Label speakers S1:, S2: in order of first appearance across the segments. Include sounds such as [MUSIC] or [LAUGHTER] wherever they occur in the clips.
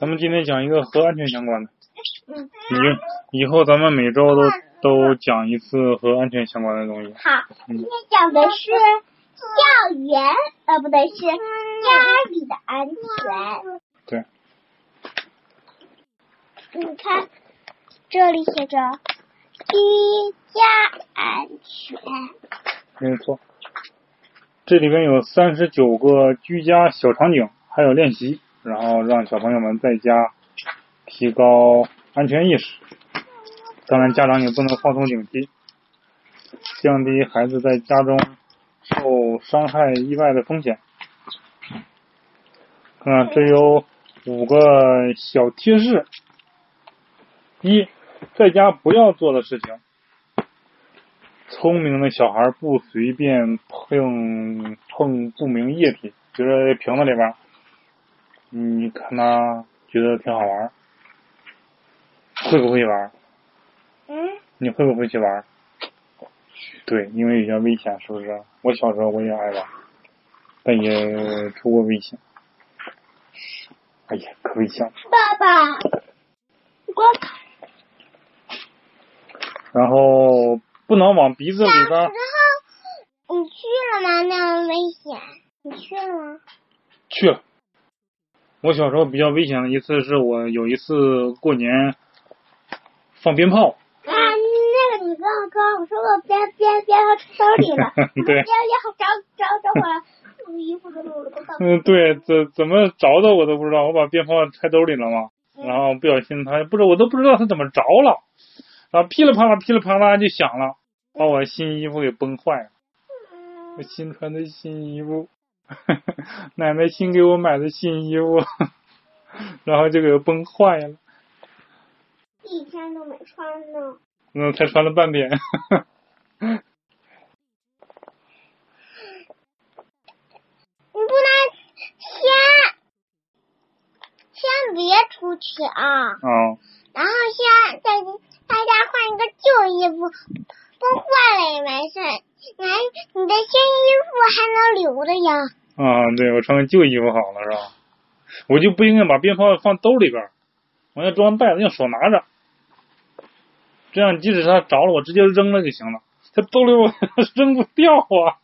S1: 咱们今天讲一个和安全相关的，
S2: 嗯，
S1: 以以后咱们每周都都讲一次和安全相关的东西。
S2: 好，今天讲的是校园，呃，不对，是家呃里的安全。
S1: 对，
S2: 你看，这里写着居家安全。
S1: 没错，这里边有三十九个居家小场景，还有练习，然后让小朋友们在家提高安全意识。当然，家长也不能放松警惕，降低孩子在家中受伤害意外的风险。看看，这有五个小贴士：一，在家不要做的事情。聪明的小孩不随便碰碰不明液体，觉得瓶子里边儿，你看他觉得挺好玩儿，会不会玩儿？
S2: 嗯，
S1: 你会不会去玩儿？对，因为有些危险，是不是？我小时候我也爱玩儿，但也出过危险。哎呀，可危险了。
S2: 爸爸，我看
S1: 然后不能往鼻子里边
S2: 然
S1: 儿
S2: 后你去了吗？那么危险，你去了吗？
S1: 去了。我小时候比较危险的一次是我有一次过年放鞭炮，，
S2: 啊，那个你跟我说，我说我边边边要手里了我
S1: 对
S2: 边要找找找我录衣服的路了，都到。
S1: [LAUGHS] 嗯，对，怎怎么着的我都不知道，我把鞭炮揣兜里了嘛，然后不小心它不知我都不知道它怎么着了，然后噼里啪啦噼里啪啦就响了，把我新衣服给崩坏了，
S2: 嗯
S1: 我新穿的新衣服， [LAUGHS] 奶奶新给我买的新衣服， [LAUGHS] 然后就给崩坏了，
S2: 一天都没穿呢。
S1: 嗯，才穿了半边。 [LAUGHS] 啊
S2: 你不能先先别出去啊，
S1: 啊、
S2: 然后先在大家换一个旧衣服，不换了也没事，你还你的新衣服还能留着呀。
S1: 啊，对，我穿个旧衣服好了是吧？我就不应该把鞭炮放兜里边儿，我要装袋子，用手拿着，这样即使它着了，我直接扔了就行了。它兜里我 [LAUGHS] 扔不掉啊，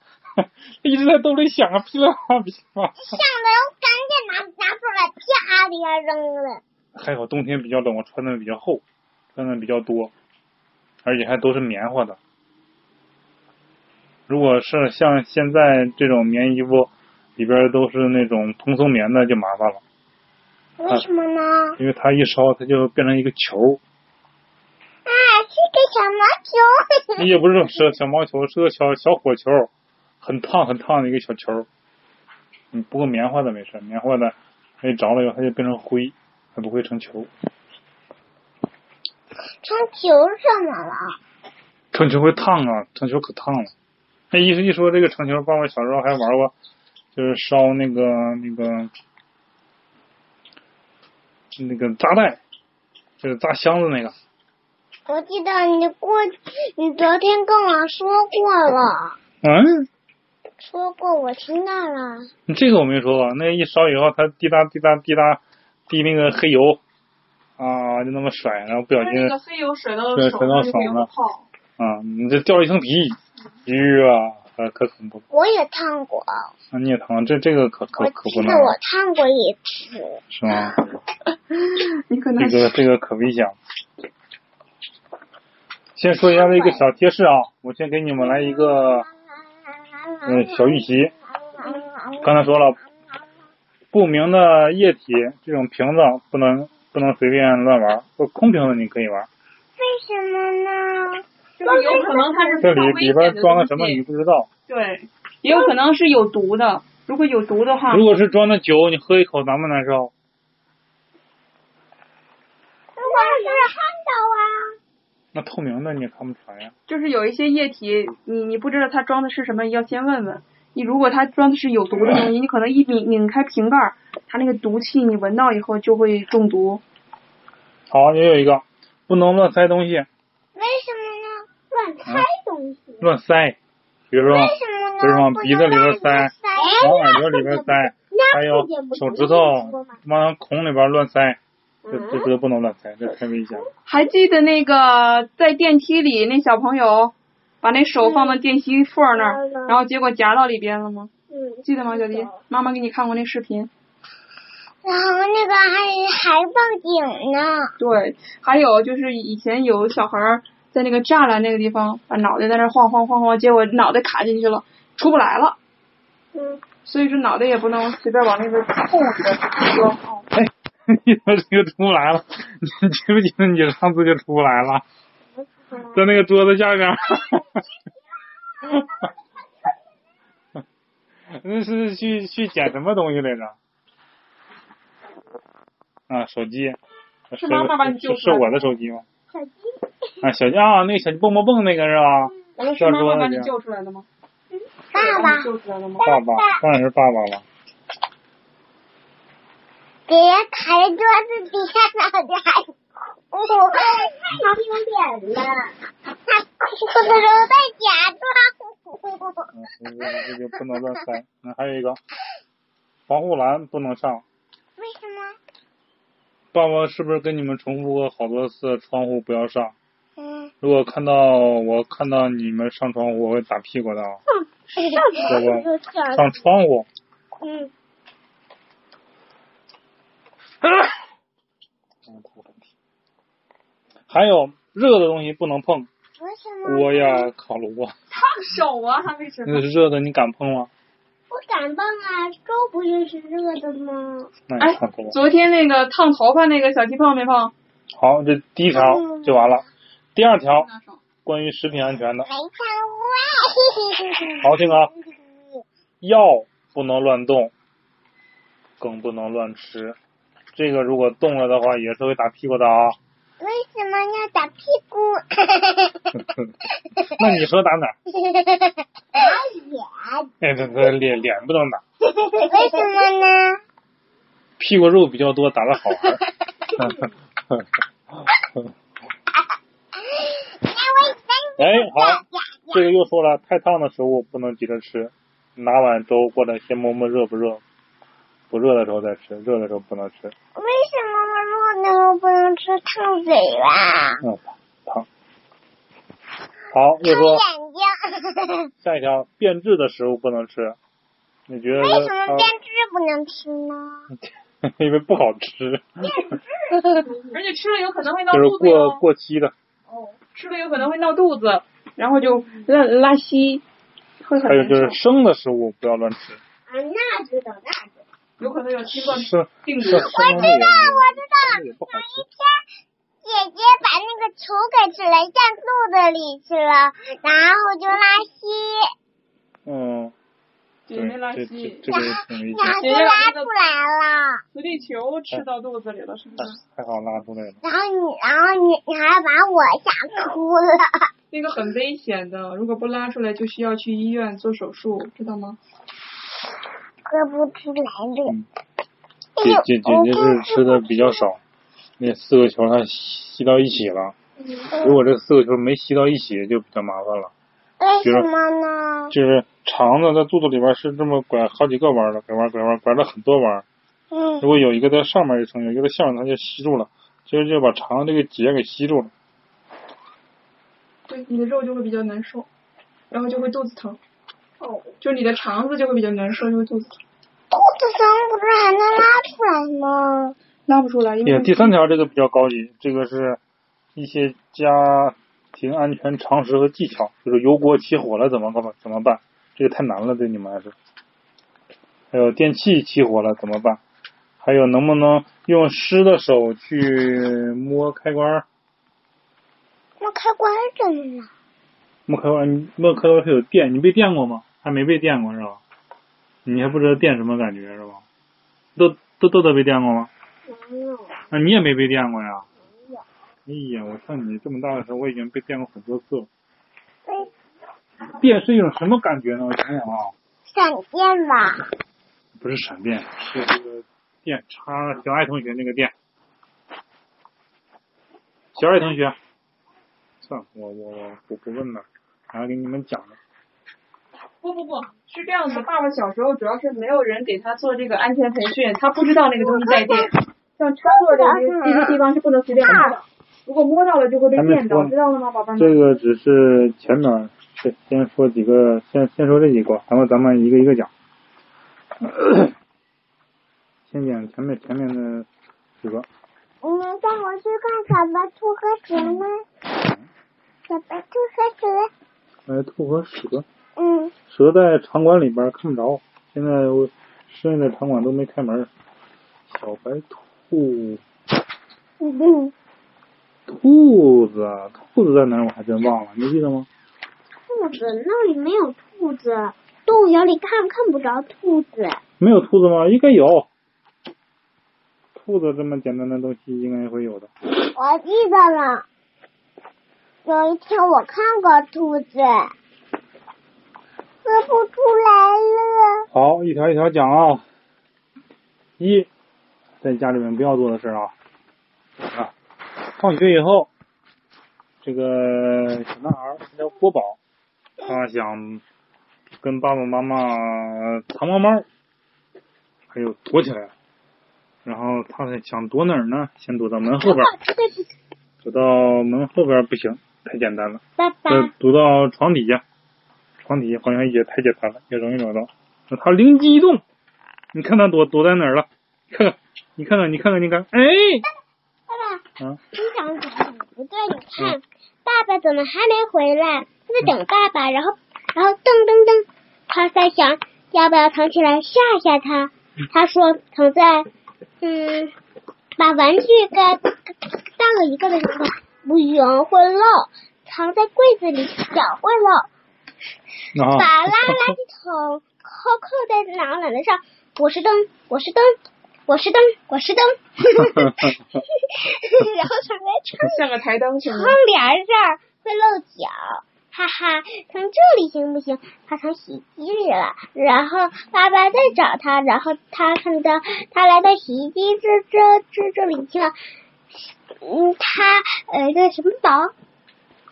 S1: 一直在兜里响啊，噼里啪啦噼里啪啦。
S2: 想的我赶紧拿拿出来，啪的一下扔了。
S1: 还好冬天比较冷，我穿的比较厚，穿的比较多，而且还都是棉花的。如果是像现在这种棉衣服，里边儿都是那种蓬松棉的，就麻烦了。
S2: 为什么呢？
S1: 因为它一烧，它就变成一个球，
S2: 啊，是个小毛球。 [LAUGHS]
S1: 也不是是小毛球，是个小小火球，很烫很烫的一个小球。嗯，不过棉花的没事，棉花的它一着了以后，它就变成灰，它不会成球。
S2: 成球怎么了？
S1: 成球会烫啊，成球可烫了。那一一说这个成球，爸爸小时候还玩过，就是烧那个那个那个炸弹，就是炸箱子那个。
S2: 我记得你过，你昨天跟我说过了，
S1: 嗯，
S2: 说过我听到了。
S1: 这个我没说过，那一烧以后，它滴答滴答滴答滴那个黑油，啊，就那么甩，然后不小
S3: 但是
S1: 心
S3: 那个黑油甩到
S1: 对
S3: 手
S1: 甩到
S3: 上就
S1: 手
S3: 会有
S1: 了
S3: 泡。
S1: 啊，你这掉了一层皮，呀、啊，可恐怖了。
S2: 我也烫过，
S1: 那你也疼，这这个可
S2: 我
S1: 可可
S2: 记
S1: 不
S2: 得
S1: 能，
S2: 我烫过一次。
S1: 是吗？
S3: [LAUGHS] 你可
S1: 这个这个可危险了。先说一下这个小贴士啊，我先给你们来一个嗯小预习。刚才说了，不明的液体这种瓶子不能不能随便乱玩，不空瓶子你可以玩。
S2: 为什么呢？
S3: 就是有可能它是
S1: 这
S3: 非常
S1: 里
S3: 危
S1: 里
S3: 险
S1: 边
S3: 的
S1: 装了什么
S3: 东
S1: 你
S3: 西，
S1: 不知道。
S3: 对，也有可能是有毒的。如果有毒的话，
S1: 如果是装的酒，你喝一口难不难受？
S2: 我是看到啊。
S1: 那透明的你也看不出来呀。
S3: 就是有一些液体，你你不知道它装的是什么，要先问问。你如果它装的是有毒的东西，你可能一拧拧开瓶盖儿，它那个毒气你闻到以后就会中毒。
S1: 好，也有一个，不能乱塞东西，
S2: 为什么呢？乱猜东西。
S1: 乱塞，比如说
S2: 为什么呢？
S1: 就是往鼻子里边塞
S2: 哎
S1: 往耳朵里边塞，还有手指头往孔里边乱塞，这这这都不能乱开，这太危险了。
S3: 还记得那个在电梯里那小朋友把那手放到电梯缝儿那儿，
S2: 嗯
S3: 然后结果夹到里边了吗？
S2: 嗯，
S3: 记得吗，小迪？妈妈给你看过那视频。
S2: 然后那个还还报警呢，
S3: 对，还有就是以前有小孩儿在那个栅栏那个地方，把脑袋在那儿晃晃晃晃，结果脑袋卡进去了，出不来了。
S2: 嗯，
S3: 所以说脑袋也不能随便往那边扣着，说哦
S1: 哎， [LAUGHS] 你说这个出不来了，你记不记得你上次就出不来了，
S2: 嗯
S1: 在那个桌子下边。 [LAUGHS] 那是去去捡什么东西来着？啊，手机。
S3: 是妈妈把你救
S1: 是
S3: 出来
S1: 我的手机吗？
S2: 小鸡，
S1: 啊，小啊，那个小蹦蹦蹦那个是吧？
S3: 我说是妈妈把你救出来的吗？
S2: 爸
S3: 把
S2: 爸
S3: 你，救出来的吗？
S1: 爸爸，当然是爸爸了。
S2: 别卡在桌子底下脑袋还哭，他哭脸了，他哭的时候在假装哭。
S1: 嗯，这个这个不能乱塞。那、还有一个，防护栏不能上。
S2: 为什么？
S1: 爸爸是不是跟你们重复过好多次窗户不要上？
S2: 嗯，
S1: 如果看到我看到你们上窗户，我会打屁股的啊。上窗户。
S2: 嗯，
S1: 还有热的东西不能碰，
S2: 为什么？
S1: 锅呀、烤炉啊，
S3: 烫手啊，还没吃
S1: 那是热的，你敢碰吗？
S2: 我感冒啊，粥不就是热的吗？
S1: 那
S3: [LAUGHS] 哎
S1: 你看不了。
S3: 昨天那个烫头发那个小鸡胖没胖？
S1: 好，这第一条就完了。第二条关于食品安全的
S2: 没，看
S1: 好，听啊，
S2: 过。
S1: 药不能乱动，更不能乱吃。这个如果动了的话，也是会打屁股的 [LAUGHS] 啊。
S2: 为什么要打屁股？
S1: 那你说打哪儿？
S2: 打脸。
S1: 哎，这这脸脸不能打，
S2: 为什么呢？
S1: 屁股肉比较多，打的好玩儿。 [LAUGHS]
S2: 那我真
S1: 哎，好
S2: 打，假
S1: 这个又说了，太烫的食物不能急着吃，拿碗粥过来先摸摸热不热，不热的时候再吃，热的时候不能吃。
S2: 为什么肉能不能吃烫嘴啊啦？
S1: 嗯，烫。好，
S2: 烫
S1: 又说
S2: 眼睛。 [LAUGHS]
S1: 下一条，变质的食物不能吃。你觉得
S2: 为什么
S1: 它
S2: 变质不能吃呢？
S1: [LAUGHS] 因为不好吃，
S3: 而且吃了有可能会闹
S1: 就是
S3: 肚子
S1: 过
S3: 哟，哦
S1: 过期的，
S3: 吃了有可能会闹肚子， [LAUGHS] 然后就拉拉稀，会很
S1: 还有
S3: 难
S1: 就
S3: 受
S1: 是，生的食物不要乱吃，
S2: 啊，那知道，那知道。
S3: 有可能有新冠
S1: 生
S3: 病
S1: 生
S3: 毒
S1: 生。
S2: 我
S1: 的
S2: 知道，我知道。
S1: 也不好吃。
S2: 姐姐把那个球给吃了，咽肚子里去了，然后就拉稀，
S1: 嗯，
S3: 姐
S1: 对
S3: 妹拉，
S1: 这
S3: 稀
S1: 这，这个也挺危
S2: 然
S1: 险，
S2: 后就拉出来了。
S3: 磁力球吃到肚子里了，是不是？
S1: 还好拉出来了。
S2: 然后你，然后你，你还把我吓哭了。
S1: 嗯
S3: 那个很危险的，如果不拉出来就需要去医院做手术，知道吗？
S1: 嗯姐
S2: 喝不出来的。哎哦呦
S1: 姐姐姐是吃的比较少，那四个球它吸到一起了。如果这四个球没吸到一起，就比较麻烦了。
S2: 为哎什么呢？
S1: 就是肠子在肚子里边是这么拐好几个弯儿的，拐弯儿拐弯儿拐了很多弯儿。
S2: 嗯
S1: 如，果有一个在上面一层，有一个在下面，它就吸住了，就是就把肠子这个结给吸住了。
S3: 对，你的肉就会比较难受，然后就会肚子疼。哦，就是你的肠子就会比较难受，就会肚子疼，
S2: 肚子疼不是还能拉出来吗？
S3: 拉不出来，因为
S1: 也第三条这个比较高级，这个是一些家庭安全常识和技巧，就是油锅起火了怎么办怎么办？这个太难了，对你们来说。还有电器起火了怎么办？还有能不能用湿的手去摸开关儿？
S2: 那开关怎么了？
S1: 摸开关儿，摸开关儿是有电，你被电过吗？还没被电过是吧？你还不知道电什么感觉是吧？豆豆豆豆被电过吗？
S2: 没有。
S1: 啊，你也没被电过呀？哎呀，我像你这么大的时候，我已经被电过很多次了。电是一种什么感觉呢？我想想啊，
S2: 闪电吧，
S1: 不是闪电，是这个电插小爱同学那个电。小爱同学，算了，我我我我不问了，然后给你们讲了。
S3: 不不不，是这样的，爸爸小时候主要是没有人给他做这个安全培训，他不知道那个东西带电，像插座这个这个地方是不能随便摸的，如果摸到了就会被电
S1: 还没
S3: 到，
S1: 说
S3: 知道了吗，宝贝儿
S1: 这
S3: 们？
S1: 个只是前面，先先说几个，先先说这几个，然后咱们一个一个讲。先讲前面前面的几个，
S2: 你能带我去看小白兔和蛇吗？小白兔和蛇，
S1: 呃，兔和蛇，
S2: 嗯，
S1: 蛇在场馆里边看不着，现在我现在场馆都没开门。小白兔，
S2: 嗯，
S1: 兔子，兔子在哪儿？我还真忘了，你记得吗？
S2: 兔子那里没有兔子，动物园里看看不着兔子。
S1: 没有兔子吗？应该有。兔子这么简单的东西应该会有的。
S2: 我记得了，有一天我看过兔子，说不出来了。
S1: 好，一条一条讲啊。一，在家里面不要做的事儿啊。啊，放学以后，这个小男孩儿叫郭宝，他想跟爸爸妈妈藏猫猫，还有躲起来。然后他想躲哪儿呢？先躲到门后边儿，躲到门后边儿不行，太简单了。
S2: 爸爸，
S1: 就堵呃到床底下，床底下好像也太简单了，也容易找到。那他灵机一动，你看他躲躲在哪儿了？看看，你看看，你看看，你看，哎，
S2: 爸爸，
S1: 啊，
S2: 你想怎么不对？你看，爸爸怎么还没回来？他在等爸爸，然后，然后噔噔噔，他在想要不要藏起来吓吓他。他说藏在，嗯，把玩具给当了一个的时候，不行会漏，藏在柜子里脚会漏。
S1: 那
S2: 把
S1: 啊，
S2: 拉垃圾桶扣扣在脑脑袋上。我是灯，我是灯，我是灯，我是灯。然后躺在窗
S3: 像个台灯似
S2: 窗
S3: 的。
S2: 帘这儿会漏脚，哈哈，从这里行不行？他从洗衣机里了。然后爸爸在找他，然后他看到他来到洗衣机这这这这里去了。嗯，他呃，这什么宝？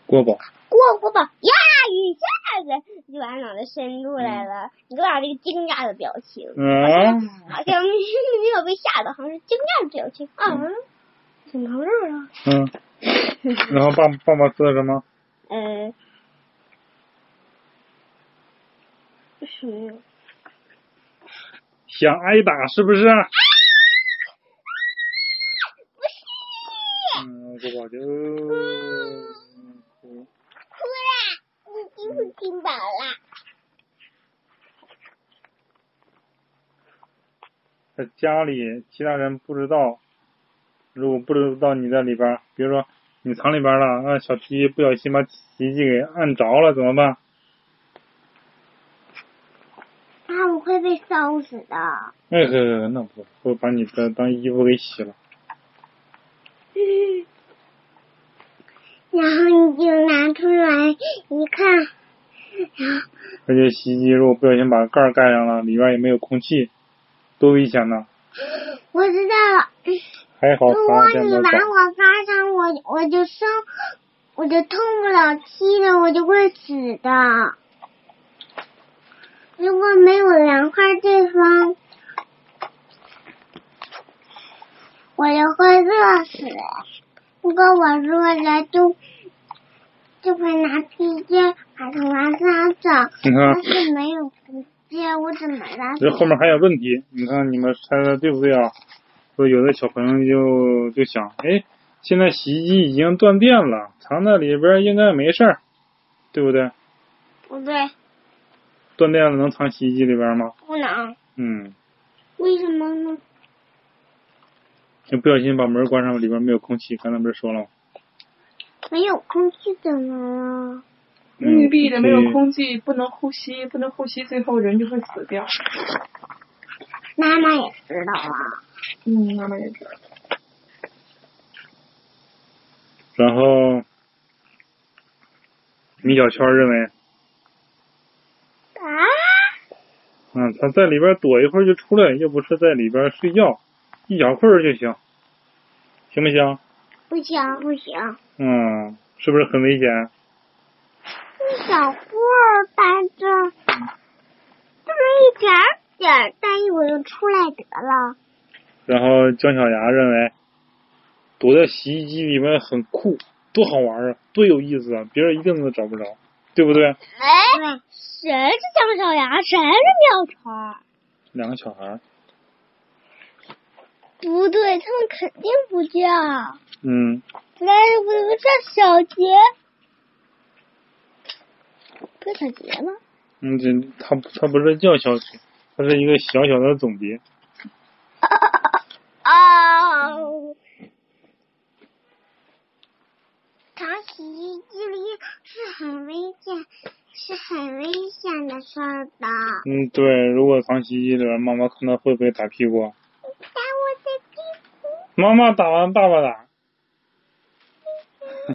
S1: 郭宝，
S2: 过过吧，呀，一下子就把脑袋伸出来了，你看这个惊讶的表情，
S1: 嗯、啊，
S2: 好像 [LAUGHS] 没有被吓到，好像是惊讶的表情。啊，怎么回事 [LAUGHS] 啊？
S1: 嗯，然后爸爸爸说什么？
S2: 嗯，是
S1: 想挨打是不是？啊嗯，郭宝就嗯
S2: 哭啦，你今天听饱啦。
S1: 在家里其他人不知道，如果不知道你在里边儿，比如说你藏里边儿了，啊，小提不小心把洗衣机给按着了，怎么办？
S2: 啊，我会被烧死的。
S1: 哎呵呵，那不会把你的当衣服给洗了。
S2: 然后你就拿出来一看，然后
S1: 而且洗衣机如果不小心把盖儿盖上了，里边儿也没有空气，多危险呐！
S2: 我知道了。
S1: 还好
S2: 如
S1: 发
S2: 果
S1: 现
S2: 你
S1: 的
S2: 把
S1: 早。
S2: 我发上，我我就生，我就通不了气了，我就会死的。如果没有凉快地方，我就会热死。如果我热了，就就会拿皮筋把它往上走。
S1: 你看 [LAUGHS]
S2: 但，是没有皮筋，我怎么拉？
S1: 这后面还有问题，你看你们猜的对不对啊？说有的小朋友就就想，哎，现在洗衣机已经断电了，藏在里边儿应该没事儿，对不对？
S2: 不对，
S1: 断电了能藏洗衣机里边儿吗？
S2: 不能。
S1: 嗯，
S2: 为什么呢？
S1: 就不小心把门关上，里边没有空气，刚才不是说了吗？
S2: 没有空气怎么了？
S1: 嗯
S3: 密闭的，没有
S1: 气。
S3: 空气，不能呼吸，不能呼吸，最后人就会死掉。
S2: 妈妈也知道啊。
S3: 嗯，妈妈也知道。
S1: 然后，米小圈认为，
S2: 啊？
S1: 嗯，他在里边躲一会儿就出来，又不是在里边睡觉，一小会儿就行，行不行？
S2: 不行不行，
S1: 嗯，是不是很危险？
S2: 一小会儿吧，这这么一点儿点儿，但一会儿就出来得了。
S1: 然后姜小牙认为躲在洗衣机里面很酷，多好玩啊，多有意思啊，别人一定都找不着，对不对？
S2: 哎，谁是姜小牙？谁是妙虫？
S1: 两个小孩儿，
S2: 不对，他们肯定不叫。
S1: 嗯，
S2: 那不不叫小杰，不是小杰吗？
S1: 嗯，这他他不是叫小雪，他是一个小小的总结。
S2: 啊！躺洗衣机里是很危险，是很危险的事儿的。
S1: 嗯，对，如果藏洗衣机里边，妈妈看到会不会打屁股？啊
S2: 打我的屁股！
S1: 妈妈打完，爸爸打。